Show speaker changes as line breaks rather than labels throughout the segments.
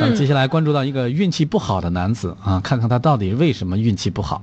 咱啊
嗯
们接下来关注到一个运气不好的男子啊，看看他到底为什么运气不好。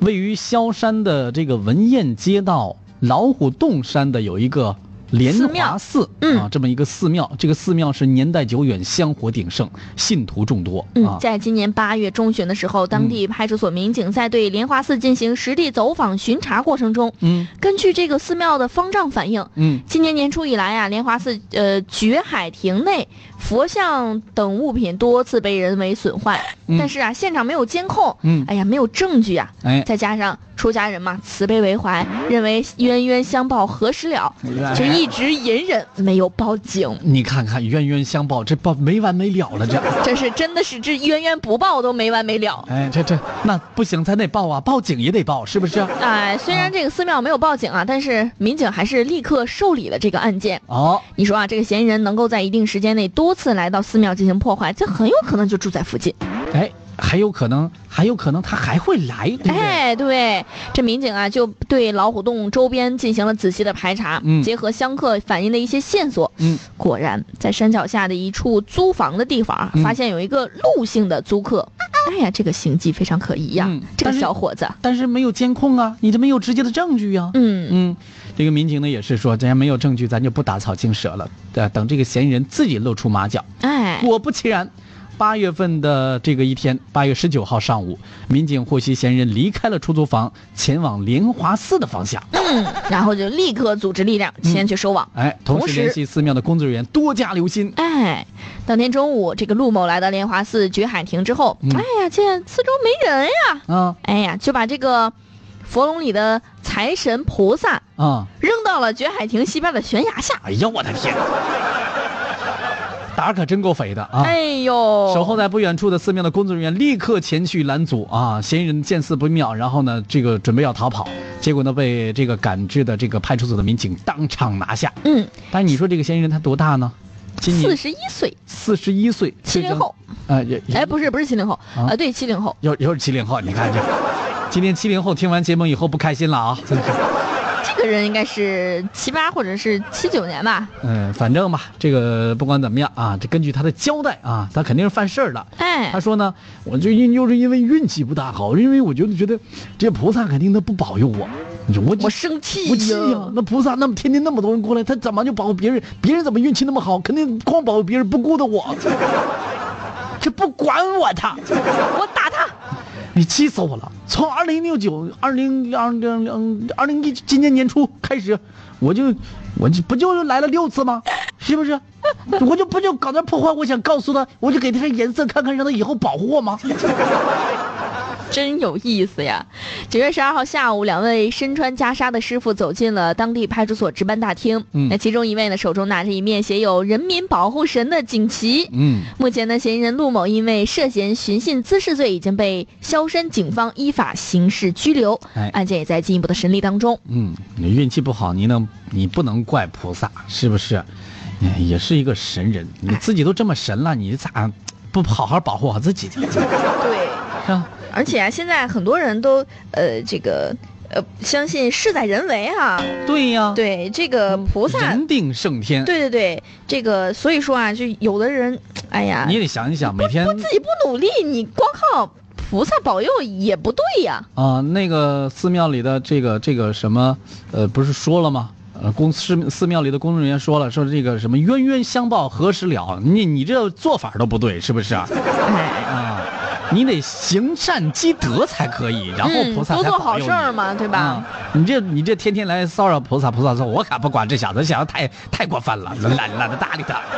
位于萧山的这个文彦街道老虎洞山的有一个莲华寺，
嗯
啊，这么一个寺庙，这个寺庙是年代久远，香火鼎盛，信徒众多
嗯
啊，。嗯
在今年八月中旬的时候，当地派出所民警在对莲花寺进行实地走访巡查过程中，
嗯
根据这个寺庙的方丈反映，
嗯
今年年初以来啊，莲花寺呃觉海亭内佛像等物品多次被人为损坏，
嗯
但是啊，现场没有监控，
嗯，
哎呀，没有证据啊，
哎，
再加上出家人嘛，慈悲为怀，认为冤冤相报何时了，
哎
就一直隐忍，没有报警。
你看看冤冤相报，这报没完没了了，这。
这是真的是这冤冤不报都没完没了。
哎，这这那不行，咱得报啊，报警也得报，是不是？
哎，虽然这个寺庙没有报警啊，但是民警还是立刻受理了这个案件。
哦，
你说啊，这个嫌疑人能够在一定时间内多次来到寺庙进行破坏，这很有可能就住在附近。
哎，还有可能，还有可能他还会来，对不对？
哎，对，这民警啊就对老虎洞周边进行了仔细的排查，
嗯
结合香客反映的一些线索，
嗯，
果然在山脚下的一处租房的地方啊，
嗯
发现有一个陆姓的租客。哎呀，这个行迹非常可疑呀、啊
嗯
这个
但是
小伙子，
但是没有监控啊，你这没有直接的证据呀、
嗯，
嗯，这个民警呢也是说，咱没有证据，咱就不打草惊蛇了，呃，等这个嫌疑人自己露出马脚。
哎，
果不其然，八月份的这个一天，八月十九号上午，民警获悉嫌疑人离开了出租房，前往莲华寺的方向。
嗯，然后就立刻组织力量前去收网。
哎，同
同
时
时
联系寺庙的工作人员多加留心。
哎，当天中午，这个陆某来到莲华寺觉海亭之后，
嗯
哎呀，见四周没人呀，
啊
哎呀，就把这个佛笼里的财神菩萨
啊！
扔到了觉海亭西边的悬崖下。
哎呀，我的天，胆儿可真够肥的啊！
哎呦，
守候在不远处的寺庙的工作人员立刻前去拦阻啊！嫌疑人见势不妙，然后呢，这个准备要逃跑，结果呢被这个赶制的这个派出所的民警当场拿下。
嗯，
但是你说这个嫌疑人他多大呢？今
四
年
十一岁，
四十一岁，
七零后。
啊，也
哎，不是不是七零后，
啊
啊，对，七零后。
又又是七零后，你看这，今天七零后听完节目以后不开心了啊！ 真是
这个人应该是七八或者是七九年吧？
嗯，反正吧，这个不管怎么样啊，这根据他的交代啊，他肯定是犯事儿了。
哎
他，说呢，我就因又是因为运气不大好，因为我觉得觉得这菩萨肯定他不保佑我，你说我
我生气
我气呀，那菩萨那么天天那么多人过来，他怎么就保佑别人？别人怎么运气那么好？肯定光保佑别人，不顾得我。 这不管我他，
我打他！
你气死我了！从二零六九、二零二零二零一今年年初开始，我就我就不就来了六次吗？是不是？我就不就搞点破坏，我想告诉他，我就给他个颜色看看，让他以后保护我吗？
真有意思呀！九月十二号下午，两位身穿袈裟的师傅走进了当地派出所值班大厅。
嗯
那其中一位呢，手中拿着一面写有“人民保护神”的锦旗。
嗯，
目前呢，嫌疑人陆某因为涉嫌寻衅滋事罪，已经被萧山警方依法刑事拘留。
哎
案件也在进一步的审理当中。
嗯，你运气不好，你能你不能怪菩萨，是不是？哎也是一个神人，你自己都这么神了，你咋不好好保护好自 己呢？
对，
啊，
而且啊，现在很多人都呃这个呃相信事在人为啊。
对呀、
对，这个菩萨。
嗯人定胜天。
对对对，这个所以说啊，就有的人，哎呀，
你也得想一想，每天
自己不努力，你光靠菩萨保佑也不对呀。
啊、那个寺庙里的这个这个什么，呃，不是说了吗？呃，公寺寺庙里的工作人员说了，说这个什么冤冤相报何时了？你你这做法都不对，是不是 啊？
哎，
啊，你得行善积德才可以，然后菩萨
嗯、多
才
做
保
好
佑
事儿
你
嘛，对吧？
啊你这你这天天来骚扰菩萨，菩萨说我可不管这小子，这小子太太过 分了，懒懒得搭理他。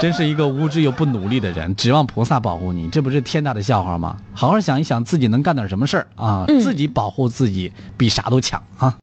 真是一个无知又不努力的人，指望菩萨保护你，这不是天大的笑话吗？好好想一想自己能干点什么事儿啊，
嗯
自己保护自己比啥都强啊。